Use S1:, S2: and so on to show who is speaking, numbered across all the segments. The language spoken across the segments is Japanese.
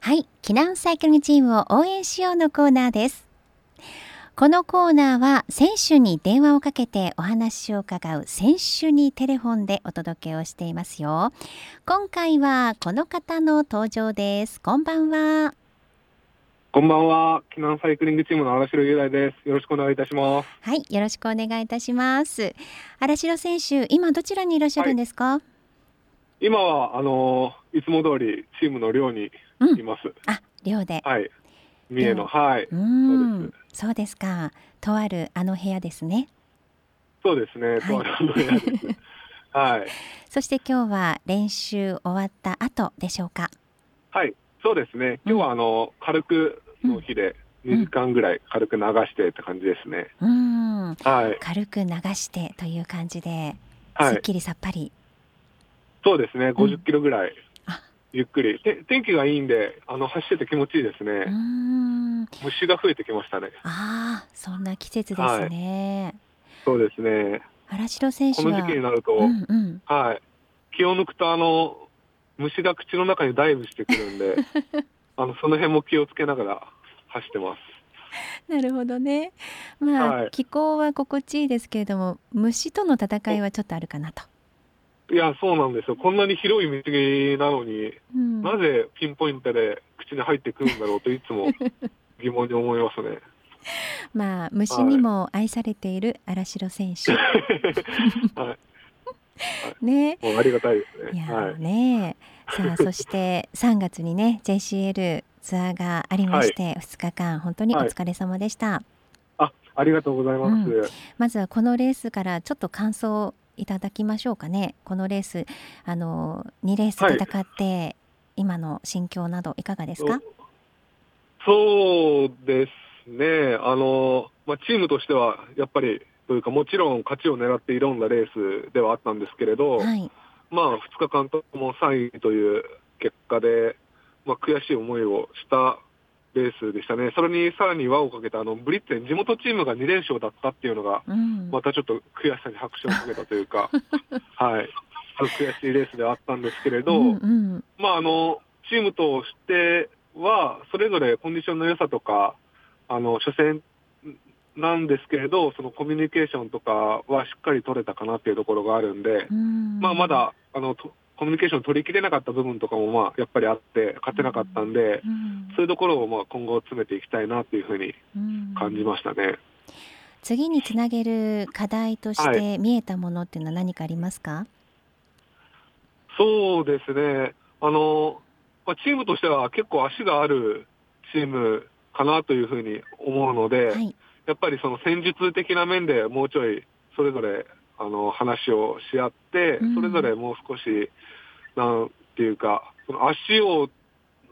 S1: はい、避難サイクリングチームを応援しようのコーナーです。このコーナーは選手に電話をかけてお話を伺う選手にテレフォンでお届けをしていますよ。今回はこの方の登場です。こんばんは。
S2: こんばんは。避難サイクリングチームの荒城雄大です。よろしくお願いいたします。
S1: はい、よろしくお願いいたします。荒城選手、今どちらにいらっしゃるんですか。
S2: 今は、あのーいつも通りチームの寮に
S1: う
S2: い
S1: ん、
S2: ます。
S1: あ、寮で。
S2: はい。三重の、はい。
S1: うーん、そうですか。とあるあの部屋ですね。
S2: そうですね。とある部屋です。はい。
S1: そして今日は練習終わった後でしょうか。
S2: はい。そうですね。今日は、あのー軽くの日で、
S1: ん
S2: 2時間ぐらい軽く流してって感じですね。
S1: うーん、
S2: はい。
S1: 軽く流してという感じで、
S2: は
S1: すっ
S2: い。
S1: きりさっぱり。
S2: そうですね。50キロぐらい
S1: あ。
S2: ゆっくり。て天気がいいんで、あの、走ってて気持ちいいです
S1: うー
S2: ね。
S1: ん、
S2: 虫が増えてきましたね。
S1: ああ、そんな季節ですね。
S2: そうですね。
S1: 荒城選手
S2: こ
S1: は。
S2: の時期になると、
S1: うんうん、
S2: はい。気を抜くと、あの、虫が口の中にダイブしてくるん で、あの、その辺も気をつけながら走ってます。
S1: なるほどね。まあ、
S2: はい
S1: 気候は心地いいですけれども、虫との戦いはちょっとあるかなと。
S2: いや、そうなんですよ。こんなに広い水着なのに、
S1: うん、
S2: なぜピンポイントで口に入ってくるんだろうとい つも疑問に思いますね。
S1: まあ虫にも愛されている荒城選手、
S2: は
S1: ね。
S2: い。もうありがたいです
S1: い
S2: ね。
S1: や
S2: は
S1: ー
S2: い。
S1: ね、さあそして3月にね JCL ツアーがありまして、2日間本当にお疲れ様でした、
S2: あ、ありがとうございます。
S1: うまずはこのレースからちょっと感想をいただきましょうかねこのレースあの2レース
S2: はい
S1: 戦って、今の心境などいかがですか、
S2: そうですね、あのまあ、チームとしてはやっぱりというか、もちろん勝ちを狙って挑んだレースではあったんですけれど、
S1: はい、
S2: まあ、2日間とも3位という結果で、まあ、悔しい思いをしたレースでしたね、それにさらに輪をかけたあのブリッツェン、地元チームが2連勝だったっていうのが、
S1: うん
S2: またちょっと悔しさに拍手をかけたとい うか、はい、あの悔しいレースではあったんですけれど。
S1: うんうん
S2: まあ、あのチームとしては、それぞれコンディションの良さとか、あの初戦なんですけれど、そのコミュニケーションとかはしっかり取れたかなっていうところがあるんで、
S1: うん
S2: まあ、まだあのとコミュニケーション取りきれなかった部分とかも、まあ、やっぱりあって、勝てなかったんで、
S1: うん
S2: そういうところをまあ今後、詰めていきたいなっていうふうに
S1: うん
S2: 感じましたね。
S1: 次につなげる課題とし
S2: は
S1: て見えたものっていうのは何かありますか、
S2: そうですね、あのまあ、チームとしては結構足があるチームかなというふうに思うので。
S1: はい、
S2: やっぱりその戦術的な面でもうちょいそれぞれあの話をし合って
S1: うん、
S2: それぞれもう少し、なんていうか、その足を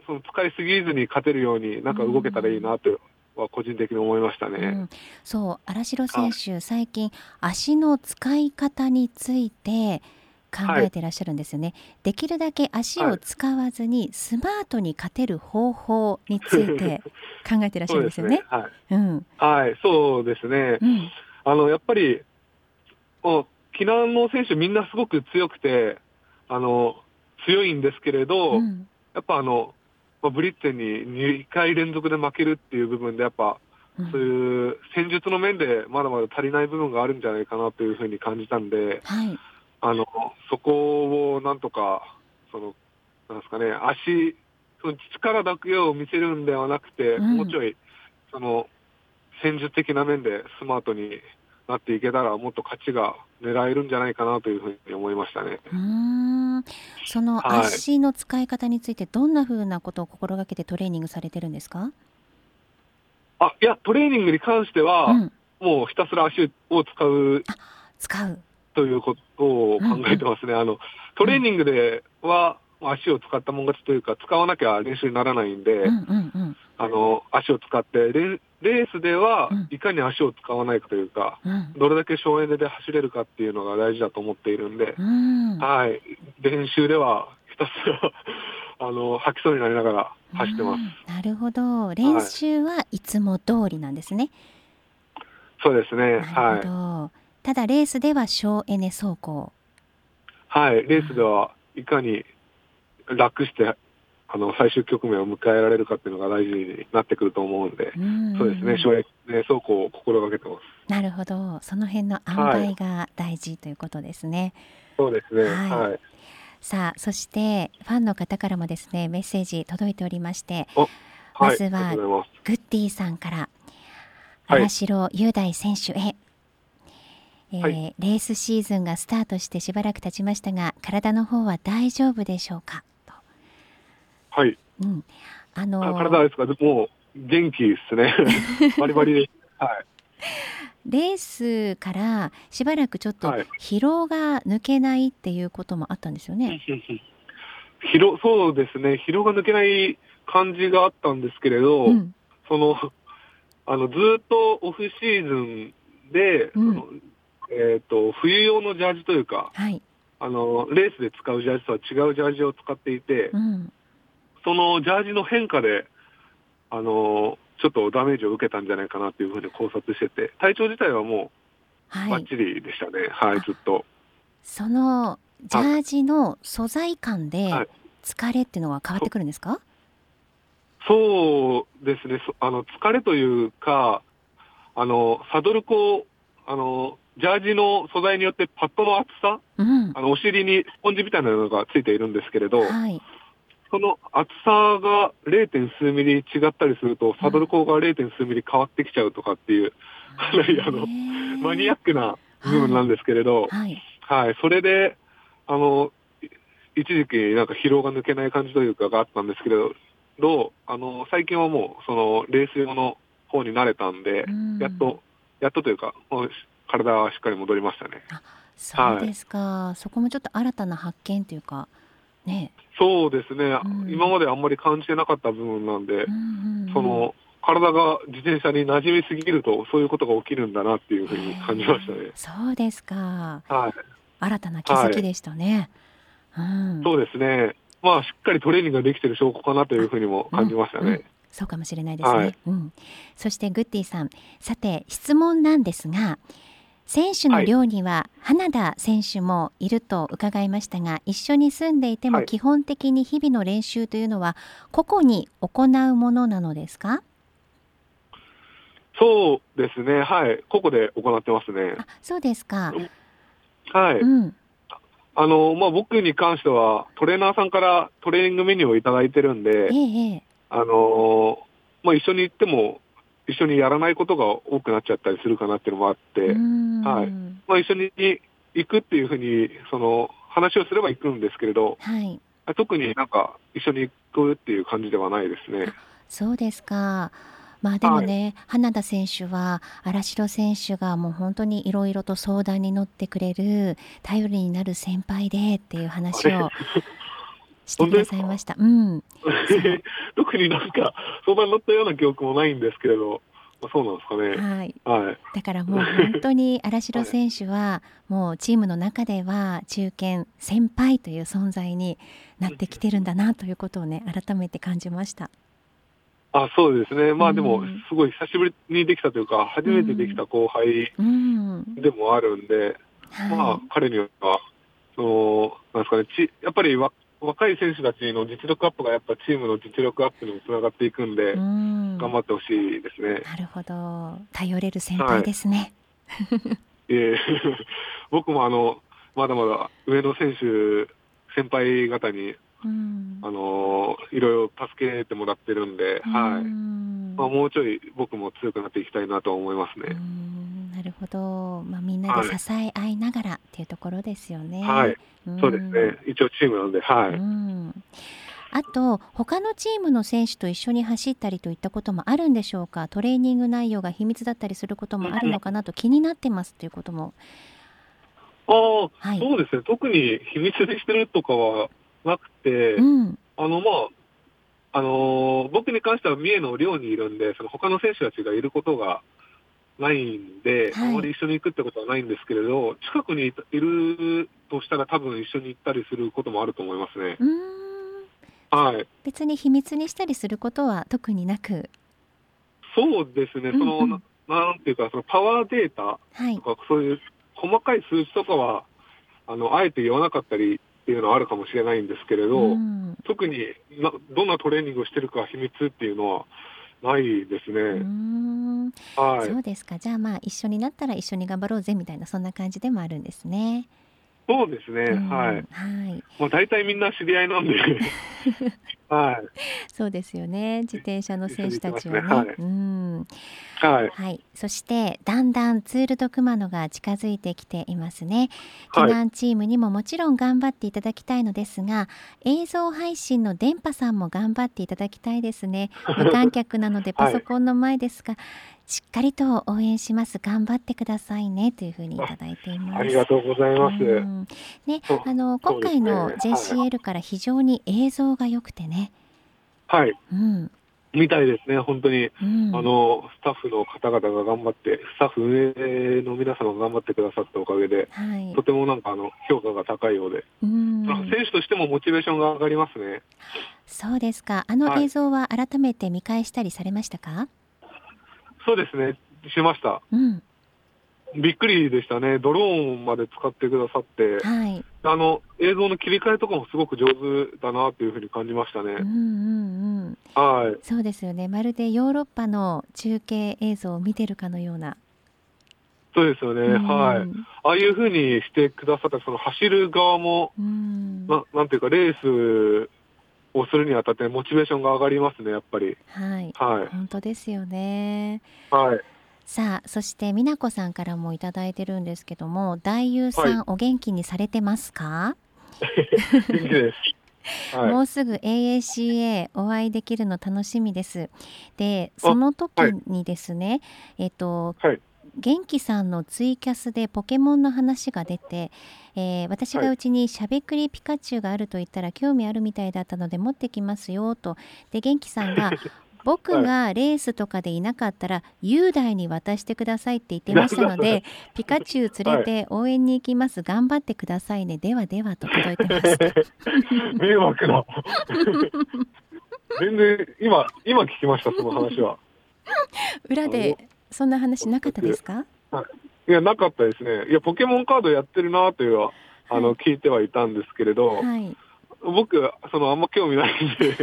S2: その使いすぎずに勝てるように、なんか動けたらいいなとは個人的に思いました
S1: う
S2: ね。
S1: ん、そう荒城選手、最近足の使い方について考えていらっしゃるんですよね、できるだけ足を使わずにスマートに勝てる方法について 考えていらっしゃ
S2: そ
S1: る
S2: うんで
S1: です
S2: す
S1: よ
S2: ね
S1: ね。。
S2: はい、
S1: うん、
S2: はい、そうですね。
S1: うん、
S2: あのやっぱり、もう、避難の選手、みんなすごく強くて、あの強いんですけれ
S1: う
S2: ど、
S1: ん、
S2: やっぱあの、まあブリッツェンに2回連続で負けるっていう部分で、やっぱ
S1: うん
S2: そういう戦術の面でまだまだ足りない部分があるんじゃないかなというふうに感じたんで、
S1: はい、
S2: あのそこをなんとか、そのなんですかね、足、その力だけを見せるんではなくて、
S1: うん
S2: もうちょいその戦術的な面でスマートになっていけたら、もっと勝ちが狙えるんじゃないかなというふうに思いましたね。
S1: うーん、その
S2: はい
S1: 足の使い方についてどんな風なことを心がけてトレーニングされてるんですか？
S2: あいや、トレーニングに関しては、
S1: うん、
S2: もうひたすら足を使う
S1: 使う。
S2: ということを考えてますね。あの、トレーニングでは、足を使ったもん勝ちというか、使わなきゃ練習にならないんで、
S1: うんうんうん。
S2: あの、足を使って、レレースでは
S1: うん、
S2: いかに足を使わないかというか、
S1: うん
S2: どれだけ省エネで走れるかっていうのが大事だと思っているんで、
S1: うん、
S2: はい。練習では、ひたすら、 あの、吐きそうになりながら走ってま
S1: う
S2: す。
S1: んなるほど練習はいつも通りなんですね、
S2: そうですね。
S1: な
S2: は
S1: るほ
S2: い。
S1: ど、ただレースでは省エネ走行
S2: はい。レースでは、いかに楽してあの最終局面を迎えられるかっていうのが大事になってくると思うんで、
S1: うん
S2: そうですね、省エネ走行を心がけてます。
S1: なるほど、その辺の塩梅が大事ということですね。
S2: そうですね、
S1: はい
S2: はい。
S1: さあ、そしてファンの方からもですね、メッセージ届いておりまして、
S2: は
S1: まず
S2: い、
S1: は
S2: ありがとうございます。
S1: グッディさんから
S2: はい
S1: 荒城雄大選手へ、えー
S2: は
S1: レースシーズンがスタートしてしばらく経ちましたが体の方は大丈夫でしょうかと、
S2: はい、
S1: うん、あの
S2: あ体ですか、でもう元気です ね。バリバリです。はい、
S1: レースからしばらくちょっと
S2: はい
S1: 疲労が抜けないっていうこともあったんですよね。
S2: 疲労、そうですね、疲労が抜けない感じがあったんですけれど、
S1: うん
S2: その、あの、ずーっとオフシーズンで、
S1: うん
S2: そのえっ、と、冬用のジャージというか、
S1: はい、
S2: あの、レースで使うジャージとは違うジャージを使っていて、
S1: うん、
S2: そのジャージの変化で、あの、ちょっとダメージを受けたんじゃないかなというふうに考察してて、体調自体はもう
S1: は
S2: バッ
S1: い、
S2: チリでしたね。はい、ずっと。
S1: そのジャージの素材感で
S2: はい
S1: 疲れっていうのは変わってくるんですか、
S2: そうですね、そあの、疲れというか、あの、サドルこう、あの、ジャージの素材によってパッドの厚さ
S1: うん、
S2: あのお尻にスポンジみたいなのがついているんですけれど、
S1: はい、
S2: その厚さが 0. 数ミリ違ったりすると、サドル高が 0. 数ミリ変わってきちゃうとかっていう、かなりあのマニアックな部分なんですけれど、
S1: はい、
S2: はい、それで、あの、い一時期なんか疲労が抜けない感じというかがあったんですけれど、どうあの、最近はもう、その、レース用の方に慣れたんで、
S1: うん
S2: やっと、やっとというか、もう体はしっかり戻りましたね。
S1: そうですか、そこもちょっと新たな発見というかね、
S2: そうですね、
S1: うん
S2: 今まであんまり感じてなかった部分なんで、
S1: うんうんうん
S2: その体が自転車に馴染みすぎると、そういうことが起きるんだなっていうふうに感じましたね。
S1: そうですか
S2: はい、
S1: 新たな気づきでしたね、うん
S2: そうですね、まあ、しっかりトレーニングができてる証拠かなというふうにも感じました
S1: うんうん
S2: ね。
S1: そうかもしれないですね、
S2: はい
S1: うん、そしてグッディさんさて質問なんですが選手の寮には花田選手もいると伺いましたが、一緒に住んでいても
S2: はい
S1: 基本的に日々の練習というのは個々に行うものなのですか
S2: そうですね、はい、ここで行ってますね。
S1: あそうですか、
S2: はい、
S1: うん、
S2: あの、まあ、僕に関しては、トレーナーさんからトレーニングメニューをいただいてるんで
S1: え、えええ
S2: あのーまあ、一緒に行っても、一緒にやらないことが多くなっちゃったりするかなっていうのもあって、
S1: うん
S2: はいまあ、一緒に行くっていうふうに、その、話をすれば行くんですけれど、
S1: はい
S2: 特になんか一緒に行くっていう感じではないですね。
S1: そうですか。まあでもね、花田選手は荒城選手がもう本当にいろいろと相談に乗ってくれる頼りになる先輩でっていう話をしてくださいました。うん、
S2: 特になんか相談に乗ったような記憶もないんですけれど、まあ、そうなんですかね。
S1: はい。
S2: はい。
S1: だからもう本当に荒城選手はもうチームの中では中堅先輩という存在になってきてるんだなということをね改めて感じました。
S2: あ、そうですね。まあで
S1: う
S2: も
S1: ん、
S2: すごい久しぶりにできたというか、初めてできた後輩
S1: うん、
S2: でもあるんで、まあ
S1: は
S2: 彼には、その、なんですかね、ちやっぱりわ若い選手たちの実力アップがやっぱチームの実力アップにもつながっていくんで、
S1: い。うん、
S2: 頑張ってほしいですね。
S1: なるほど、頼れる先輩ですね。
S2: いえ 僕もあのまだまだ上野選手、先輩方に、
S1: うん
S2: あのいろいろ助けてもらってるんで、は
S1: う
S2: い
S1: ん
S2: まあ、もうちょい僕も強くなっていきたいなと思います
S1: う
S2: ね。
S1: んなるほど、まあ、みんなで支え合いながらっていうところですよね。
S2: はい、
S1: うん
S2: そうですね、一応チームなんで、は
S1: う
S2: い、
S1: んあと他のチームの選手と一緒に走ったりといったこともあるんでしょうかトレーニング内容が秘密だったりすることもあるのかなと気になってますということも、
S2: あー
S1: はい
S2: そうですね、特に秘密にしてるとかはなくて、
S1: うん
S2: あのまああのー僕に関しては三重の寮にいるんで、その他の選手たちがいることがないんで、
S1: はい
S2: あまり一緒に行くってことはないんですけれど、近くにいたいるとしたら、多分一緒に行ったりすることもあると思いますね。
S1: うん
S2: はい、
S1: 別に秘密にしたりすることは特になく、
S2: そうですね、その、
S1: うんうん
S2: ななんていうか、そのパワーデータ
S1: はい
S2: とか、そういう細かい数字とかは、あのあえて言わなかったりっていうのはあるかもしれないんですけれど、
S1: うん
S2: 特になどんなトレーニングをしてるか秘密っていうのはないです
S1: うー
S2: ね。
S1: ん
S2: はい
S1: そ。うですかじゃあまあ一緒になったら一緒に頑張ろうぜみたいなそんな感じでもあるんですね。
S2: そうですね。
S1: うん
S2: は
S1: は
S2: い。
S1: い
S2: まあ大体みんな知り合いな んで。はい。
S1: そうですよね自転車の選手たちはね。
S2: 一緒に行きますねは
S1: う
S2: い
S1: ん
S2: はい。
S1: はい、そしてだんだんツールと熊野が近づいてきていますね。避
S2: はい
S1: 難チームにももちろん頑張っていただきたいのですが、映像配信の電波さんも頑張っていただきたいです ね。無観客なので
S2: は
S1: パ
S2: い
S1: ソコンの前ですが、しっかりと応援します。頑張ってくださいねというふうにいただいています。
S2: ありがとうございます。
S1: うんね
S2: そう、
S1: あの今
S2: そうです
S1: 回
S2: ね
S1: の
S2: はい
S1: JCL から非常に映像が良くてね。
S2: はい。
S1: うん、
S2: みたいですね。本当に、
S1: うん、
S2: あの、スタッフの方々が頑張って、スタッフ運営の皆様が頑張ってくださったおかげで、
S1: はい
S2: と、てもなんかあの、評価が高いようで、
S1: うん
S2: 選手としてもモチベーションが上がりますね。
S1: そうですか。あの
S2: はい
S1: 映像は改めて見返したりされましたか？
S2: そうですね。しました。
S1: うん。
S2: びっくりでしたね。ドローンまで使ってくださって、
S1: はい。
S2: あの、映像の切り替えとかもすごく上手だなというふうに感じましたね。
S1: うんうんうん。
S2: はい。
S1: そうですよね。まるでヨーロッパの中継映像を見てるかのような。
S2: そうですよね。
S1: うん
S2: はい。ああいうふうにしてくださった、その走る側も、
S1: うん。
S2: ななんていうか、レースをするにあたって、モチベーションが上がりますね、やっぱり。
S1: はい。
S2: はい。
S1: 本当ですよね。
S2: はい。
S1: さあ、そして美奈子さんからもいただいてるんですけども、大優さん、
S2: はい
S1: お元気にされてますか？
S2: 元気で す。はい。
S1: もうすぐ AACA お会いできるの楽しみです。で、その時にですね、えっと、
S2: はい
S1: 元気さんのツイキャスでポケモンの話が出て、えー私
S2: は
S1: が
S2: いう
S1: ちにしゃべくりピカチュウがあると言ったら興味あるみたいだったので持ってきますよと。で、元気さん が僕がレースとかでいなかったら雄大に渡してくださいって言ってましたの
S2: な
S1: でピカチュウ連れて応援に行きます頑張ってくださいねではではと届いて ます。
S2: 迷惑 な。全然、今、今聞きました、その話は。
S1: 裏でそんな話なかったですか？
S2: いや、なかったですね。いや、ポケモンカードやってるなというのは、あの、
S1: はい
S2: 聞いてはいたんですけれど、
S1: はい。
S2: 僕、その、あんま興味ないんで、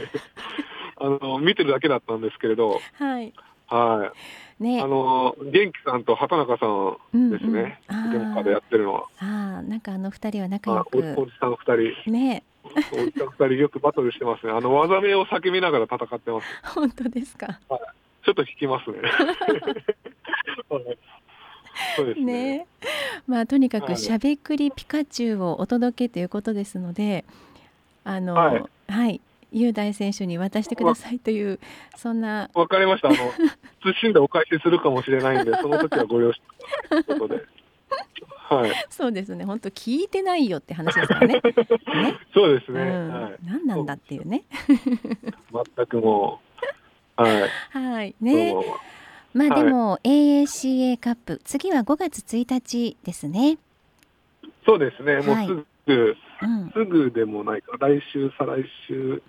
S2: あの、見てるだけだったんですけれど、
S1: はい。
S2: はい。
S1: ね。
S2: あの、元気さんと畑中さん、
S1: うん
S2: ですね。
S1: うん
S2: ポケモンカード
S1: あ
S2: やってるのは、
S1: あ、ああなんかあの二人は仲
S2: あ
S1: 良
S2: おお
S1: く
S2: じさん二
S1: ね。
S2: 人、おじさん二人よくバトルしてますね。あの、技名を叫びながら戦ってます。
S1: 本当ですか。
S2: ちょっと引きますね。 はいそうですね。
S1: ね。まあとにか
S2: は
S1: く
S2: い
S1: しゃべくりピカチュウをお届けということですので、あの
S2: はい
S1: はい。雄大選手に渡してくださいというそんな
S2: わ、かりました。あの、謹んでお返しするかもしれないんで、その時はご了承ということで。はい。
S1: そうですね本当聞いてないよって話ですからねね、
S2: そうです
S1: う
S2: ね。
S1: ん
S2: はい。
S1: 何なんだっていうね
S2: 全くもう、はい。
S1: はい
S2: どう
S1: ね
S2: も
S1: まあ
S2: は
S1: で
S2: い
S1: も、AACA カップ次は5月1日ですね。
S2: そうですね。もう
S1: はい
S2: すぐ、
S1: うん、
S2: すぐでもないか。来週、再来週。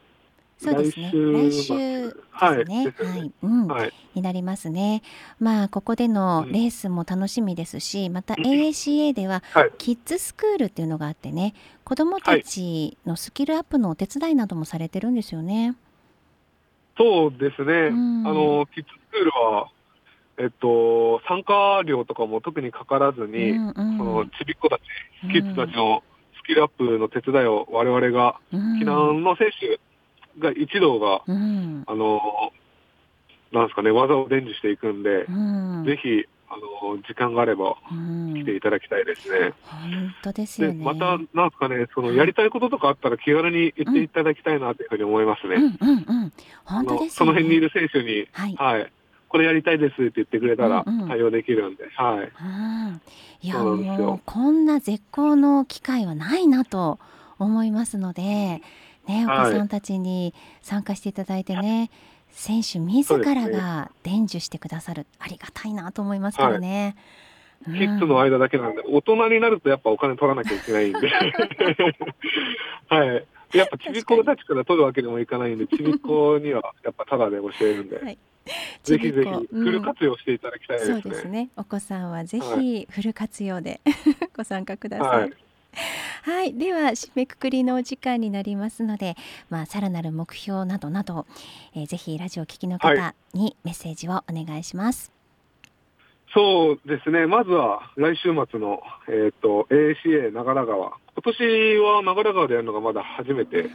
S1: そうですね。来
S2: 来
S1: 週
S2: 週
S1: で
S2: は
S1: す
S2: い。
S1: ね。
S2: ですよ
S1: は
S2: ね
S1: い、うん、
S2: はい。
S1: になりますね。まあここでのレースも楽しみですし、また AACA では
S2: はい
S1: キッズスクールっていうのがあってね、子どもたちのスキルアップのお手伝いなどもされてるんですよね。
S2: そうですね、
S1: うん
S2: あのキッズスクールは、えっと、参加料とかも特にかからずに、
S1: うんうん
S2: そのちびっ子たち、キッズたちのスキルアップの手伝いを我々が、
S1: うん
S2: 避難の選手が一同が、
S1: うん
S2: あのなんですかね、技を伝授していくんで、
S1: うん
S2: ぜひあの時間があれば
S1: うん
S2: 来ていただきたいですね。
S1: 本当です
S2: で
S1: よね。
S2: また、なんですかね、そのやりたいこととかあったら気軽に言っていただきたいなというふうに思いますね。
S1: うんうんうん、
S2: あ
S1: 本当
S2: の
S1: です
S2: そ
S1: よね。
S2: の辺にいる選手に
S1: はい。
S2: はい、これやりたいですって言ってくれたら
S1: うんうん
S2: 対応できるんで、はい、
S1: うんいや
S2: そうなんですよ
S1: もうこんな絶好の機会はないなと思いますので、ね、お
S2: はい
S1: 子さんたちに参加していただいてね、選手自らが伝授してくださる、ありがたいなと思いますからね。うん
S2: キッズの間だけなんで、大人になるとやっぱお金取らなきゃいけないんで、 はい、やっぱちびっ子たちから取るわけでもいかないんで、ちびっ子にはやっぱタダで教 えるんで、
S1: はい
S2: ぜひぜ
S1: ちびっこ
S2: ひフル活用していただきたいです
S1: そ
S2: ね。
S1: うですね。お子さんはぜ
S2: は
S1: ひフル活用でご参加ください。
S2: はい、
S1: はい、では締めくくりのお時間になりますので、まあさらなる目標などなど、えーぜひラジオを聞きの
S2: は
S1: 方にメッセージをお願いします。
S2: そうですね、まずは来週末の、えー、と ACA 長良川、今年は長良川でやるのがまだ初めて、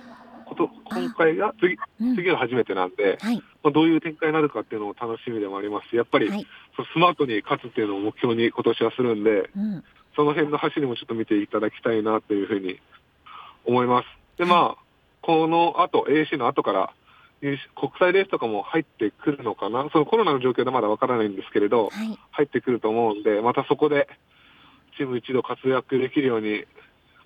S2: こと今回が次
S1: うん
S2: 次が初めてなんで、
S1: はい、
S2: まあ、どういう展開になるかっていうのも楽しみでもありますし、やっぱり、
S1: はい、
S2: そうスマートに勝つっていうのを目標に今年はするんで、
S1: うん、
S2: その辺の走りもちょっと見ていただきたいなというふうに思います。で、まあ、この後、AAC の後から、入試国際レースとかも入ってくるのかな、そのコロナの状況でまだわからないんですけれど、
S1: はい、
S2: 入ってくると思うんで、またそこでチーム一度活躍できるように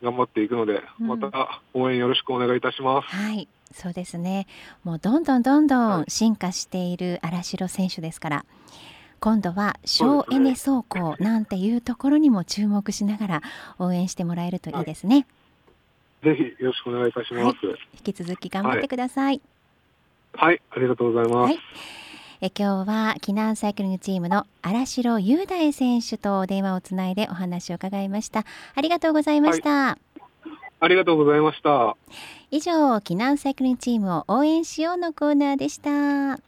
S2: 頑張っていくので、
S1: うん
S2: また応援よろしくお願いいたします。
S1: はい、そうですね。もうどんどんどんど
S2: は
S1: ん進化している荒城選手ですから。今度は
S2: そう
S1: 省
S2: です
S1: エ
S2: ね
S1: ネ走行なんていうところにも注目しながら応援してもらえるといいですね。
S2: ぜひよろしくお願いいたします。
S1: 引き続き頑張ってください。
S2: はい、ありがとうございま
S1: は
S2: す。
S1: いえ今日は避難サイクリングチームの荒城雄大選手とお電話をつないでお話を伺いましたありがとうございました、
S2: ありがとうございました。
S1: 以上避難サイクリングチームを応援しようのコーナーでした